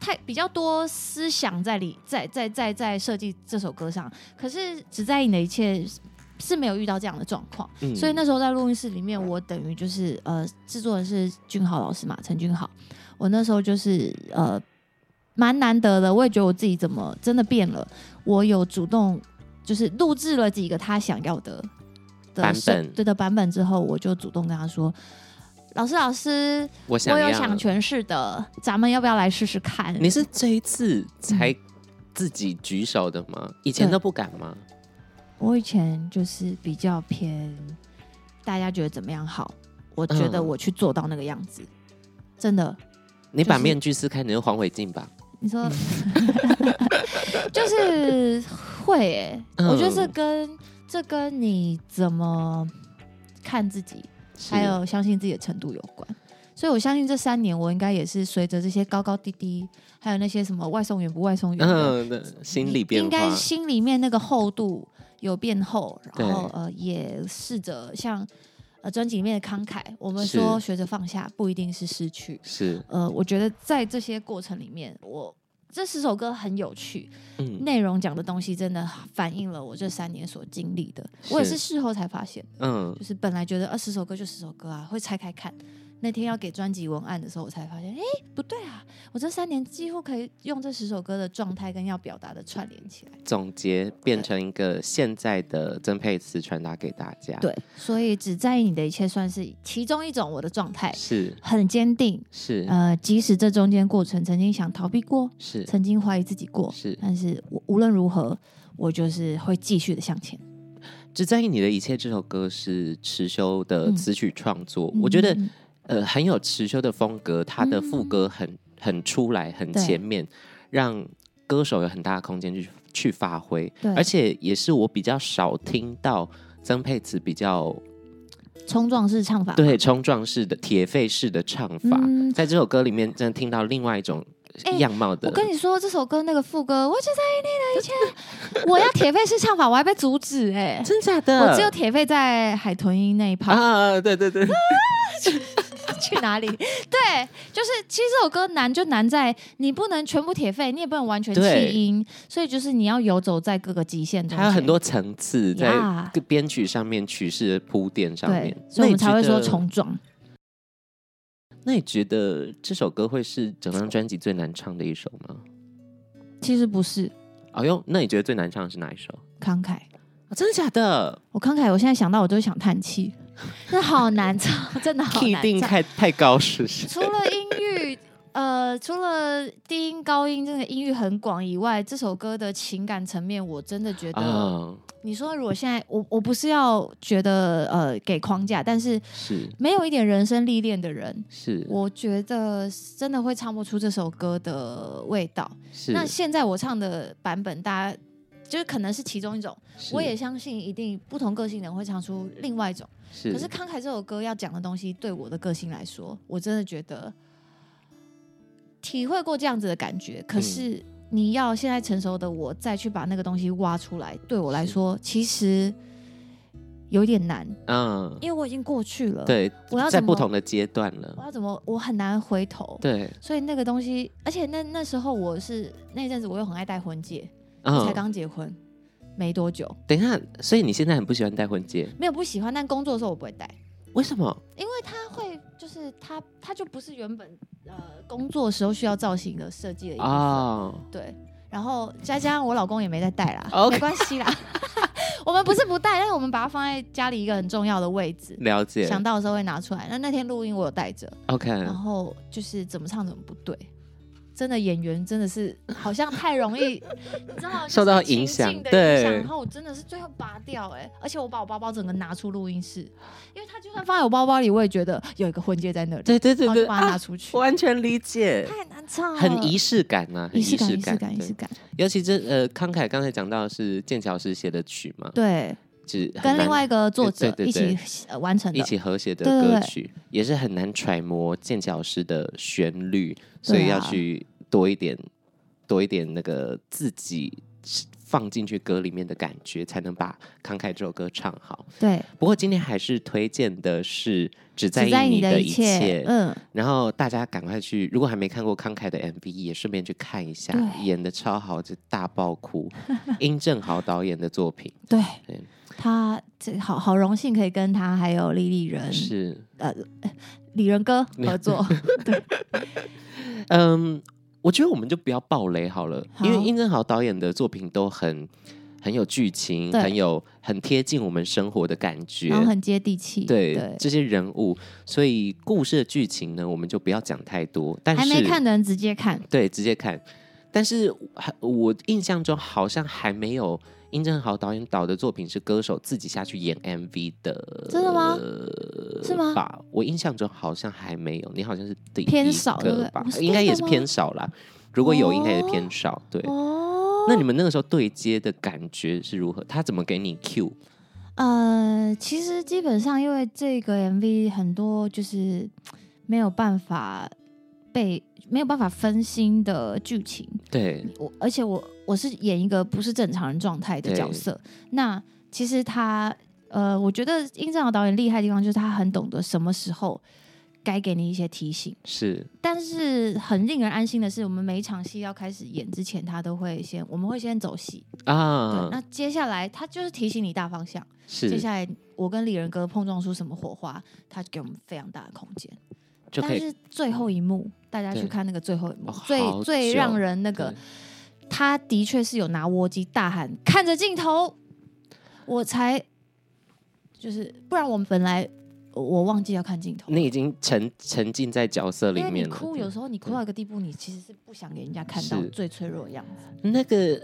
太比较多思想在里，在在在在设计这首歌上。可是只在意你的一切是没有遇到这样的状况，嗯所以那时候在录音室里面，我等于就是呃，制作人是君豪老师嘛，陈君豪，我那时候就是呃。蛮难得的，我也觉得我自己怎么真的变了。我有主动就是录制了几个他想要的的版声本对的版本之后，我就主动跟他说：“老师，老师，我想我有要想诠释的，咱们要不要来试试看？”你是这一次才嗯自己举手的吗？以前都不敢吗？我以前就是比较偏大家觉得怎么样好，我觉得嗯我去做到那个样子，真的。你把就是面具撕开，你就黄伟晋吧。你说， 就是会欸嗯我觉得这跟这跟你怎么看自己，是还有相信自己的程度有关。所以我相信这三年，我应该也是随着这些高高低低，还有那些什么外送员不外送员的，嗯，那心理变应该化，心里面那个厚度有变厚，然后对呃也试着像呃专辑里面的慷慨，我们是说学着放下不一定是失去，是呃，我觉得在这些过程里面，我这十首歌很有趣，嗯内容讲的东西真的反映了我这三年所经历的。我也是是事后才发现，嗯，就是本来觉得二啊十首歌就十首歌啊，会拆开看。那天要给专辑文案的时候，我才发现，哎、不对啊！我这三年几乎可以用这十首歌的状态跟要表达的串联起来。总结变成一个现在的曾沛慈传达给大家。，对，所以只在意你的一切，算是其中一种我的状态，是很坚定。是呃，即使这中间过程曾经想逃避过，是曾嗯经怀疑自己过，是但是我无论如何，我就是会继续的向前。只在意你的一切。这首歌是池修的嗯词曲创作，我觉得嗯呃很有池修的风格，他的副嗯歌很很出来，很对前面，让歌手有很大的空间去去发挥，对而且也是我比较少听到曾沛慈比较冲撞式唱法，对冲撞式的铁肺式的唱法，嗯在这首歌里面真的听到另外一种哎样貌的。我跟你说，这首歌那个副歌，我只 在意你的一切，我要铁肺式唱法，我还被阻止哎、真假的？我只有铁肺在海豚音那一趴、啊，对 对对，去哪里？ 对，就是其实这首歌难就难在你不能全部铁肺，你也不能完全对弃音，所以就是你要游走在各个极限中。它有很多层次在呀编曲上面、曲式的铺垫上面对，，所以我们才会那说你觉得冲撞。那你觉得这首歌会是整张专辑最难唱的一首吗？其实不是哦哟，那你觉得最难唱的是哪一首？慷慨，啊哦真的假 的？我慷慨，我现在想到我都想叹 气，真的好难 唱，真的好 key 定难 唱。太太高是不是？除了音域，呃，除了低音、高音这个音域很广以外，这首歌的情感层面，我真的觉得，啊，你说如果现在我我不是要觉得呃给框架，但是是没有一点人生历练的人，是我觉得真的会唱不出这首歌的味道。是，那现在我唱的版本，大家。就是可能是其中一种，我也相信一定不同个性的人会唱出另外一种。是，可是《慷慨》这首歌要讲的东西，对我的个性来说，我真的觉得体会过这样子的感觉。嗯可是你要现在成熟的我再去把那个东西挖出来，对我来是说其实有点难，嗯，因为我已经过去了。，对，我要在怎么不同的阶段我了，要怎么？我很难回头。对，所以那个东西，而且那那时候我是那一阵子我又很爱戴婚戒，才嗯，刚结婚没多久，等一下，所以你现在很不喜欢戴婚戒，没有不喜欢，但工作的时候我不会戴。为什么？因为他会就是他他就不是原本呃工作时候需要造型的设计的衣服，哦，对。然后再加上我老公也没在戴啦 OK 没关系啦。 我们不是不戴，但是我们把它放在家里一个很重要的位置，了解想嗯到的时候会拿出来。那那天录音我有带着， ，OK，然后就是怎么唱怎么不对，真的演员真的是好像太容易，你知道就是受到影响情境的对影响然后我真的是最后拔掉哎、而且我把我包包整个拿出录音室，因为他就算放在我包包里，我也觉得有一个婚戒在那里，对对然对后就对，把它拿啊，出去，完全理解，太难唱了，很仪式感啊，很仪式感，仪式式感，仪式对感，尤其这呃，康凯刚才讲到的是剑桥师写的曲嘛，对，就是很跟难另外一个作者对一对对起呃完成一的，起和谐的对对歌对曲，也是很难揣摩剑桥师的旋律，所以对要啊去多一点、多一点那个自己放进去歌里面的感觉，才能把《慷慨》这首歌唱好。对，不过今天还是推荐的是《只在只意在意你的一切》切，嗯，然后大家赶快去，如果还没看过康凯的 MV，也顺便去看一下，对演的超好，就大爆哭。 殷正豪导演的作品对对他这好好荣幸可以跟他还有丽丽人是，呃李仁哥合作，嗯，我觉得我们就不要爆雷好了，因为好殷正豪导演的作品都很很有剧情，对很有很贴近我们生活的感觉 然。后很接地气，对对。这些人物，所以故事的剧情呢，我们就不要讲太多。但是还没看的人直接看，对，直接看。但是还我印象中好像还没有殷正豪导演导的作品是歌手自己下去演 MV 的，真的吗？是吗吧，我印象中好像还没有，你好像是第啊偏一少对不个对吧我，是应该真的也是吗偏少啦。如果有，应该也是哦偏少。对，哦，那你们那个时候对接的感觉是如何？他怎么给你 Q？呃，其实基本上因为这个 MV 很多就是没有办法被没有办法分心的剧情，对，我而且我我是演一个不是正常人状态的角色，那其实他呃，我觉得殷正豪导演厉害的地方就是他很懂得什么时候该给你一些提醒。是但是很令人安心的是，我们每一场戏要开始演之前，他都会先，我们会先走戏。对，啊，那接下来他就是提醒你大方向。接是下来我跟李仁哥碰撞出什么火花，他就给我们非常大的空间。就可但以是最后一幕，大家去对看那个最后一幕哦，好最最久让人那对个，他的确是有拿窝机大喊看着镜头，我才就是不然我们本来我我忘记要看镜头了，你已经沉沉浸在角色里因为你面了。哭对有时候你哭到一个地步，你其实是不想给人家看到是最脆弱的样子，那个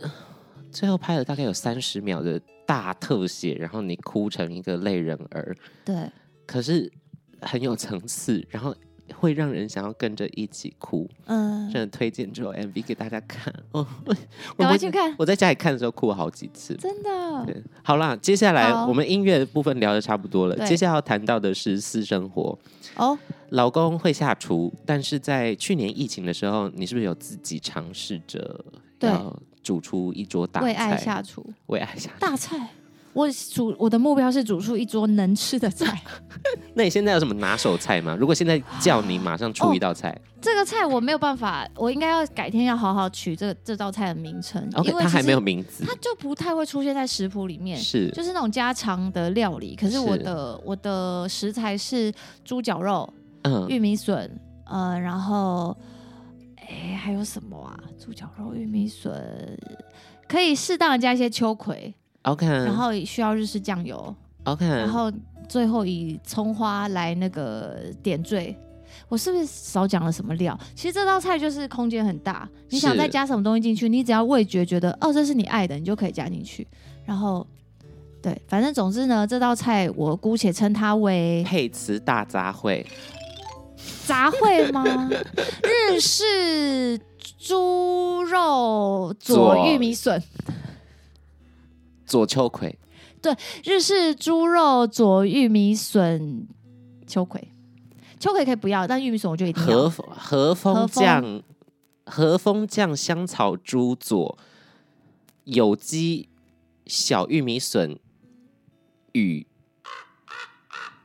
最后拍了大概有三十秒的大特写，然后你哭成一个泪人儿，对可是很有层次，然后会让人想要跟着一起哭。嗯，真的推荐这首 MV 给大家看 哦，我赶我快去看，我在家里看的时候哭了好几次。真的对，好啦，接下来好我们音乐的部分聊的差不多了，对接下来要谈到的是私生活。哦，老公会下厨，但是在去年疫情的时候，你是不是有自己尝试着对要煮出一桌大菜？为爱下厨为爱下厨。大菜。我煮我的目标是煮出一桌能吃的 菜。那你现在有什么拿手菜吗？如果现在叫你马上出一道菜，这个菜我没有办法，我应该要改天要好好取这这道菜的名称 o k 哦因为它其还实没有名字它，就不太会出现在食谱里面，是就是那种家常的料理。可是我是的我的食材是猪脚肉、嗯，玉米笋，呃，然后哎还有什么啊？猪脚肉、玉米笋，可以适当的加一些秋葵， ，OK，然后需要日式酱油， OK，然后最后以葱花来那个点缀。我是不是少讲了什么料？其实这道菜就是空间很大，你想是再加什么东西进去，你只要味觉觉得哦这是你爱的，你就可以加进去。然后，对，反正总之呢，这道菜我姑且称它为配词大杂烩，杂烩 吗？日式猪肉佐佐玉米笋，左秋葵，日式猪肉佐玉米笋秋葵，秋葵可以不要，但玉米笋我就一定和要。风和和风风酱，和风酱香草猪左，有机小玉米笋与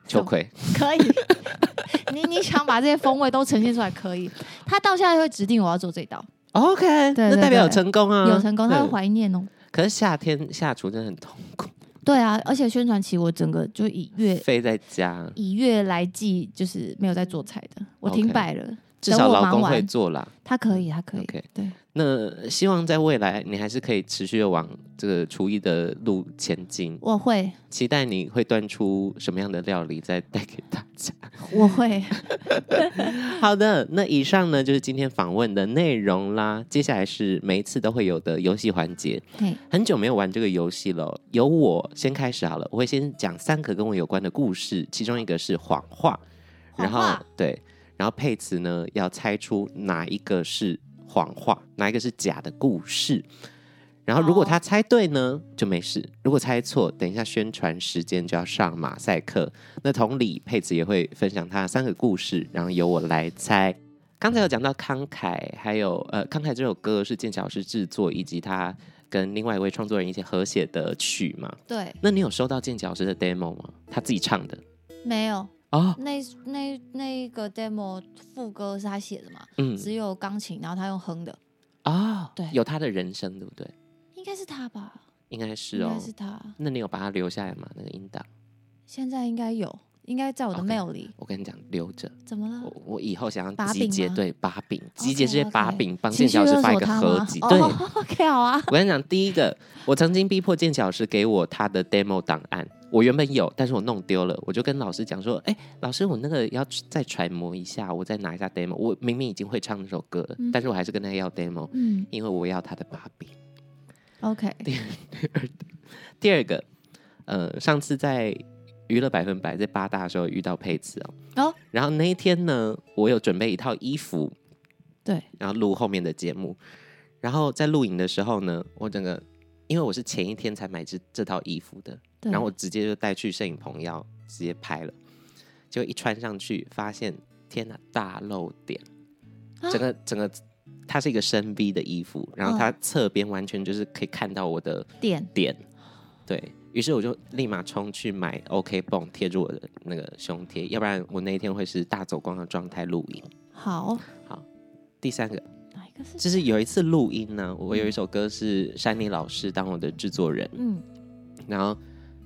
秋葵，可以。 你你想把这些风味都呈现出来，可以。他到现在会指定我要做这道， OK，对那代表有对成功啊，有成功他会对怀念哦。可是夏天下厨真的很痛苦，对啊，而且宣传期我整个就以月飞在家，以月来计，就是没有在做菜的，我停 OK 摆了。至等少我老忙公完会做啦。他可以，他可以。 OK 对，那希望在未来你还是可以持续的往这个厨艺的路前进，我会 期待你会端出什么样的料理再带给大家。我会，好的，那以上呢就是今天访问的内容啦。接下来是每一次都会有的游戏环节，嘿，很久没有玩这个游戏了，由我先开始好了。我会先讲三个跟我有关的故事，其中一个是谎话，然后谎话对，然后佩慈呢要猜出哪一个是谎话，哪一个是假的故事。然后如果哦他猜对呢，就没事；如果猜错，等一下宣传时间就要上马赛克。那同理，佩慈也会分享他的三个故事，然后由我来猜。刚才有讲到慷慨，还有呃，慷慨这首歌是剑桥老师制作，以及他跟另外一位创作人一起合写的曲嘛。对，那你有收到剑桥老师的 demo 吗？他自己唱的没有，哦，那那那个 demo 副歌是他写的嘛，嗯只有钢琴，然后他用哼的，哦，对有他的人声，对不对？应该是他吧？应该是应哦该。是他，那你有把它留下来吗？那个音档，现在应该有，应该在我的 OK mail 里。我跟你讲，留着。怎么我了？我以后想要啊把集柄结吗对把柄，集 OK，结这些把 OK 柄，帮情剑绪桥老勒师发一索个他合吗集。对，哦 ，OK，好啊。我跟你讲，第一个，我曾经逼迫剑桥老师给我他的 demo 档案，我原本有，但是我弄丢了，我就跟老师讲说，哎、老师，我那个要再揣摩一下，我再拿一下 demo。我明明已经会唱那首歌了，嗯但是我还是跟他要 demo，嗯因为我要他的把柄。 ，OK，第二个，呃，上次在娱乐百分百在八大的时候遇到佩慈哦，哦然后那一天呢，我有准备一套衣服，对，然后录后面的节目。然后在录影的时候呢，我整个因为我是前一天才买这这套衣服的，对，然后我直接就带去摄影棚要直接拍了，结果一穿上去发现，天哪，大漏点，啊整个整个它是一个深 V 的衣服，然嗯后它侧边完全就是可以看到我的点点，对于是我就立马冲去买 OK 绷贴住我的那个胸贴，要不然我那一天会是大走光的状态录影。好，第三个哪一个是？就是有一次录音呢，我有一首歌是山妮老师当我的制作人，嗯，然后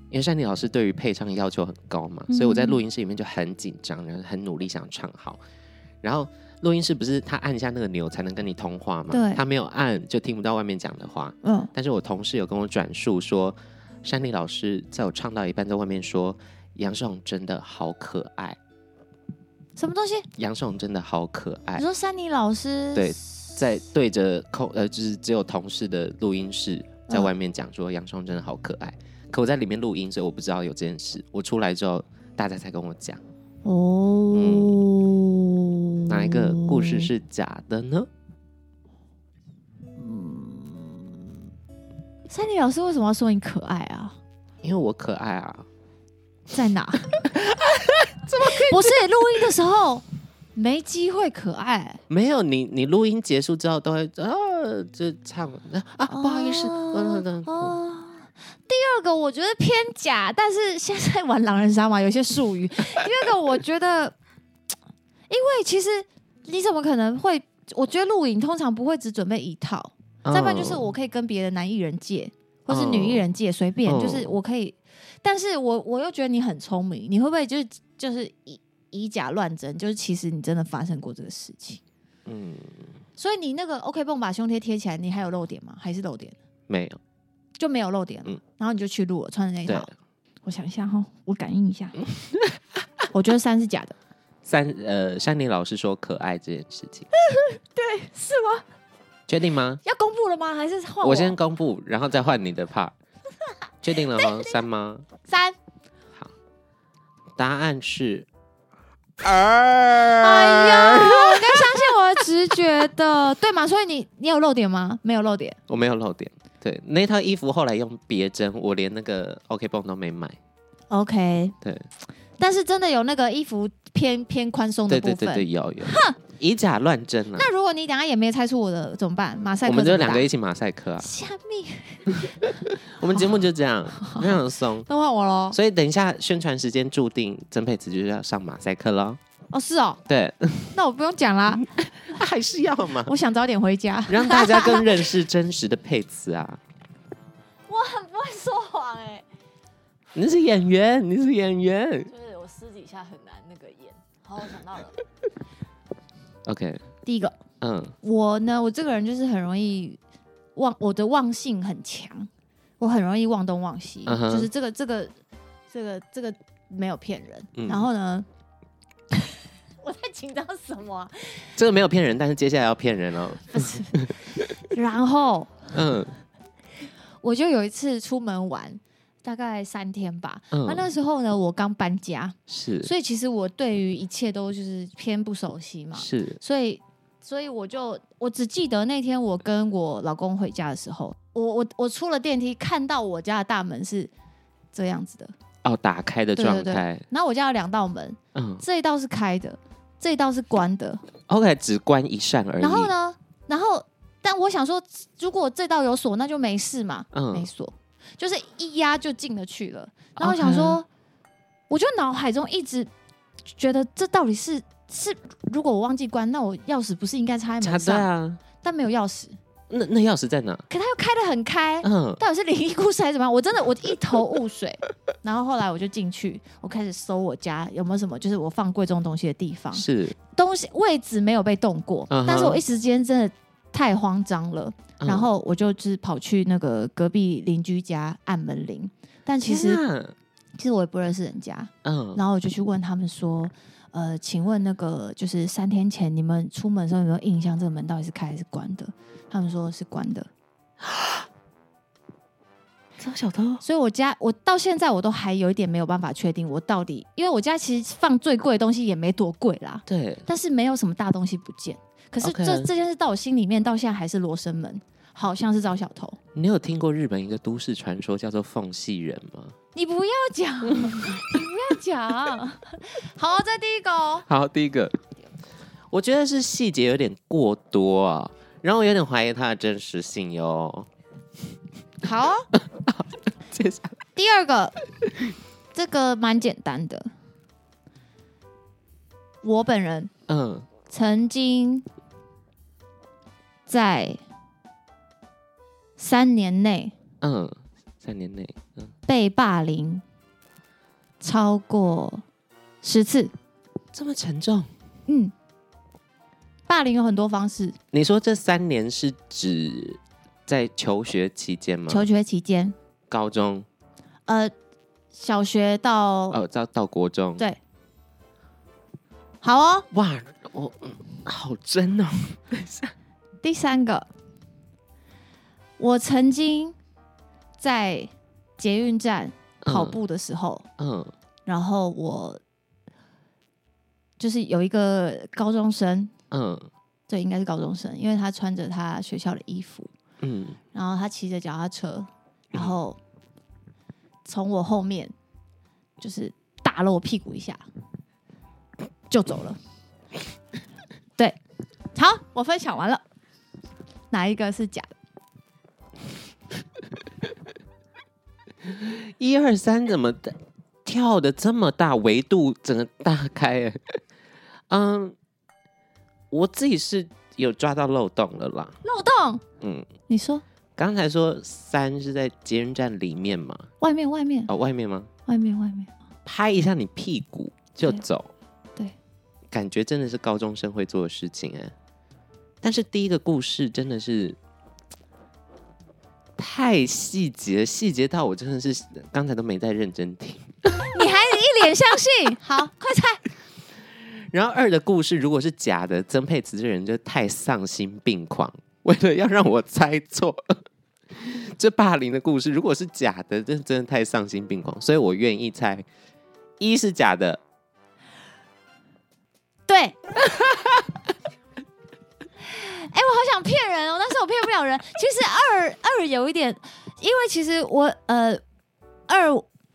因为山妮老师对于配唱要求很高嘛，嗯所以我在录音室里面就很紧张，然后很努力想唱好。然后录音室不是他按一下那个钮才能跟你通话嘛？对他没有按就听不到外面讲的话。嗯，但是我同事有跟我转述说，山妮老师在我唱到一半在外面说，杨世宏真的好可爱，什么东西？杨世宏真的好可爱你。说山妮老师？哎对在对着空呃，就是只有同事的录音室，在嗯外面讲说杨双真的好可爱。可我在里面录音，所以我不知道有这件事。我出来之后，大家才跟我讲哦，嗯哪一个故事？是假的呢？山妮老师为什么要说你可爱啊？因为我可爱啊，在 哪？怎么可以？不是录音的时候没机会可爱。没有你，你录音结束之后都会啊，就唱啊啊，不好意思，嗯嗯嗯，哦。第二个我觉得偏假，但是现在玩狼人杀嘛，有些术 语。第二个我觉得，因为其实你怎么可能会？我觉得录影通常不会只准备一套，嗯再不然就是我可以跟别的男艺人借，或是女艺人借，随便，嗯就是我可以。但是我我又觉得你很聪明，你会不会就是就是以以假乱真？就是其实你真的发生过这个事情，嗯所以你那个 OK 绷把胸贴贴起来，你还有漏点吗？还是漏点？没有就没有漏点了，嗯然后你就去录了，穿着那一对嗯套。我想一下哈，我感应一下， 我觉得三是假的，三呃，山林老师说可爱这件事情， 对，是吗？确定吗？要公布了吗？还是换我先公布，然后再换你的 part。确定了吗？三吗？三。答案是啊哎呀，我该相信我的直觉的，对嘛？所以你你有漏点吗？没有漏点，我没有漏点。对，那套衣服后来用别针，我连那个 OK 绷都没买。 OK，对，但是真的有那个衣服偏偏宽松的对部分对。对对，有有。以假乱真啊！那如果你等下也没猜出我的怎么办？马赛我克们就怎么两打个一起马赛克 啊！下面我们节目就 这样，非常松。都换我 喽。所以等一下宣传时间注定曾佩慈就是要上马赛克喽。哦，是哦， 对，那我不用讲啦， 还是要嘛， 我想早点回家。让大家更认识真实的佩慈啊！ 我很不会说谎哎、你是演员，你是演员。就是我私底下很难那个演。好，我想到了， OK，第一个，嗯，我呢，我这个人就是很容易忘，我的忘性很强，我很容易忘东忘西嗯哼就是这个这个这个这个没有骗人。嗯然后呢， 我在紧张什么啊、这个没有骗人，但是接下来要骗人哦了。然后 嗯，我就有一次出门玩，大概三天吧。嗯啊，那时候呢，我刚搬家，是所以其实我对于一切都就是偏不熟悉嘛，是，所以所以我就我只记得那天我跟我老公回家的时候，我我我出了电梯，看到我家的大门是这样子的，哦，打开的对状对对态。然后我家有两道门，嗯这一道是开的，这一道是关的， ，OK，只关一扇而已。然后？呢，然后但我想说，如果这道有锁，那就没事嘛，嗯没锁，就是一压就进得去了。然后我想哦说我就脑海中一直觉得这到底是是，如果我忘记关，那我钥匙不是应该插在插门对上？啊，但没有钥匙，那那钥匙在哪？可它又开得很开。嗯，到底是灵异故事还是怎么样？我真的我一头雾水。 然后后来我就进去，我开始搜我家有没有什么，就是我放贵重东西的地方。是。东西位置没有被动过嗯哼但是我一时间真的太慌张了，嗯然后我就就是跑去那个隔壁邻居家按门铃，但其天实啊其实我也不认识人家，嗯，然后我就去问他们说，呃，请问那个就是三天前你们出门的时候有没有印象这个门到底是开还是关的？他们说是关的，招小偷。所以我家我到现在我都还有一点没有办法确定我到底，因为我家其实放最贵的东西也没多贵啦，对，但是没有什么大东西不见。可是 OK 这这件事到我心里面到现在还是罗生门，好像是招小偷。你有听过日本一个都市传说叫做缝隙人吗？你不要讲， 你不要讲。 好，这第一个哦，好，第一个，我觉得是细节有点过多啊，然后我有点怀疑它的真实性哟。好哦， 接下来第二个，这个蛮简单的。我本人嗯，曾经在三年内嗯，三年内，嗯，被霸凌超过十次。这么沉重？嗯，霸凌有很多方式。你说这三年是指在求学期间吗？求学期间，高中呃，小学到、哦，到到国中，对好哦。哇，我、嗯好真哦，第三个，我曾经在捷运站跑步的时候，嗯，然后我就是有一个高中生，嗯对，应该是高中生，因为他穿着他学校的衣服，嗯嗯，然后他骑着脚踏车，然后从我后面就是打了我屁股一下，就走了。对，好，我分享完了，哪一个是假的？一二三怎么的跳的这么大，维度整个大开欸？嗯，我自己是有抓到漏洞了啦。漏洞？嗯，你说刚才说三是在捷运站里面嘛？外面，外面，哦，外面吗？外面，外面，拍一下你屁股就对啊走，对，感觉真的是高中生会做的事情哎、但是第一个故事真的是太细节，细节到我真的是刚才都没在认真听。你还一脸相信？ 好，快猜。然后二的故事如果是假的，曾沛慈这人就太丧心病狂，为了要让我猜错。 这霸凌的故事如果是假的，这真的太丧心病狂，所以我愿意猜一是假的， 对。哎、我好想骗人哦，但是我骗不了人。其实二二有一点，因为其实我呃二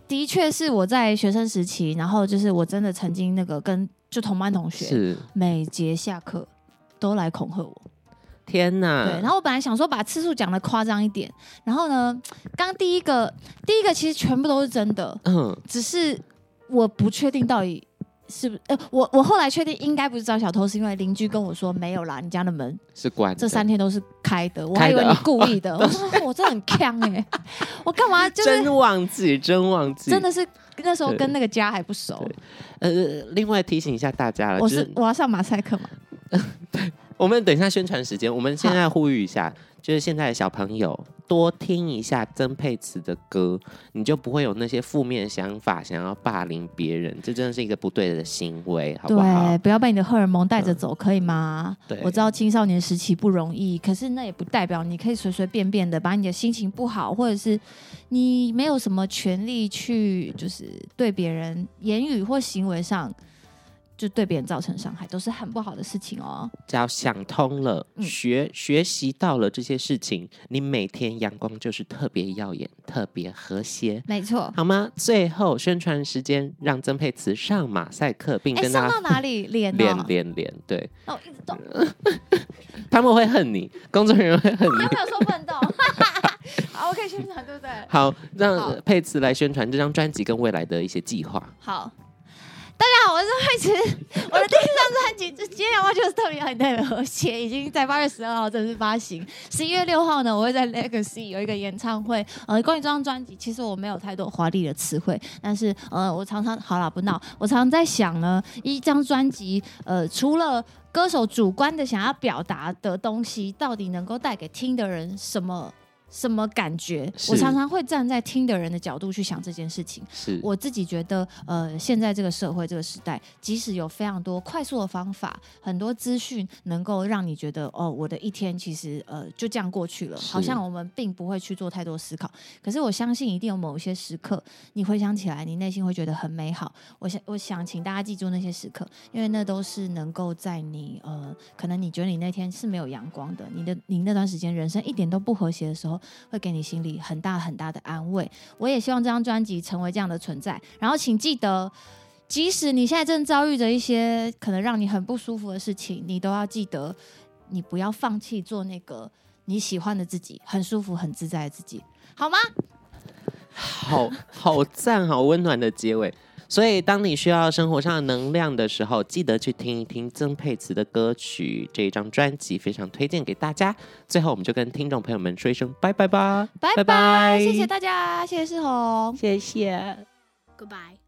的确是我在学生时期，然后就是我真的曾经那个跟就同班同学，是每节下课都来恐吓我。天哪！对，然后我本来想说把次数讲的夸张一点，然后呢，刚第一个第一个其实全部都是真的，嗯，只是我不确定到底是不是，呃，我我后来确定应该不是招小偷，是因为邻居跟我说没有啦，你家的门是关的这三天都是开的，我还嗯开以的为啊你故意 的。我说哦我真的很呛哎、我干嘛就是真忘记，真忘记，真的是那时候对跟那个家还不熟，呃，另外提醒一下大家了，我啊就是是我要上马赛克嘛，我们等一下宣传时间，我们现在呼吁一下，就是现在的小朋友，多听一下曾沛慈的歌，你就不会有那些负面想法，想要霸凌别人，这真的是一个不对的行为，好不好嗯对，？不要被你的荷尔蒙带着走，可以吗？对我知道青少年时期不容易，可是那也不代表你可以随随便便的把你的心情不好，或者是你没有什么权利去，就是对别人言语或行为上就对别人造成伤害，都是很不好的事情哦。只要想通了，嗯学学习到了这些事情，你每天阳光就是特别耀眼，特别和谐。没错。好吗？最后宣传时间，让曾沛慈上马赛克，并哎，跟上大到家哪里？脸哦，连连连，对，那我一直动，他们会恨你，工作人员会恨你你有。没有说不 能动？好，我可以宣传，对不对？好，好让佩慈来宣传这张专辑跟未来的一些计划。好。大家好，我是惠慈，我的第一张专辑《今天阳光就是特别很特别和谐》已经在八月十二号正式发行。十一月六号呢，我会在 Legacy 有一个演唱会。呃，关于这张专辑，其实我没有太多华丽的词汇，但是呃，我常常好啦，不闹，我常常在想呢，一张专辑，呃，除了歌手主观的想要表达的东西，到底能够带给听的人什么什么感觉？是我常常会站在听的人的角度去想这件事情。是，我自己觉得，呃，现在这个社会这个时代，即使有非常多快速的方法，很多资讯能够让你觉得，哦，我的一天其实呃就这样过去了，是好像我们并不会去做太多思考。可是我相信，一定有某一些时刻，你回想起来，你内心会觉得很美好。我想，我想请大家记住那些时刻，因为那都是能够在你呃，可能你觉得你那天是没有阳光的，你的你那段时间人生一点都不和谐的时候，会给你心里很大很大的安慰。我也希望这张专辑成为这样的存在。然后请记得，即使你现在正遭遇着一些可能让你很不舒服的事情，你都要记得，你不要放弃做那个你喜欢的自己，很舒服、很自在的自己，好吗？好好赞，好温暖的结尾。所以，当你需要生活上的能量的时候，记得去听一听曾沛慈的歌曲。这一张专辑非常推荐给大家。最后，我们就跟听众朋友们说一声拜拜吧，拜拜，谢谢大家，谢谢世宏。谢谢。 Goodbye.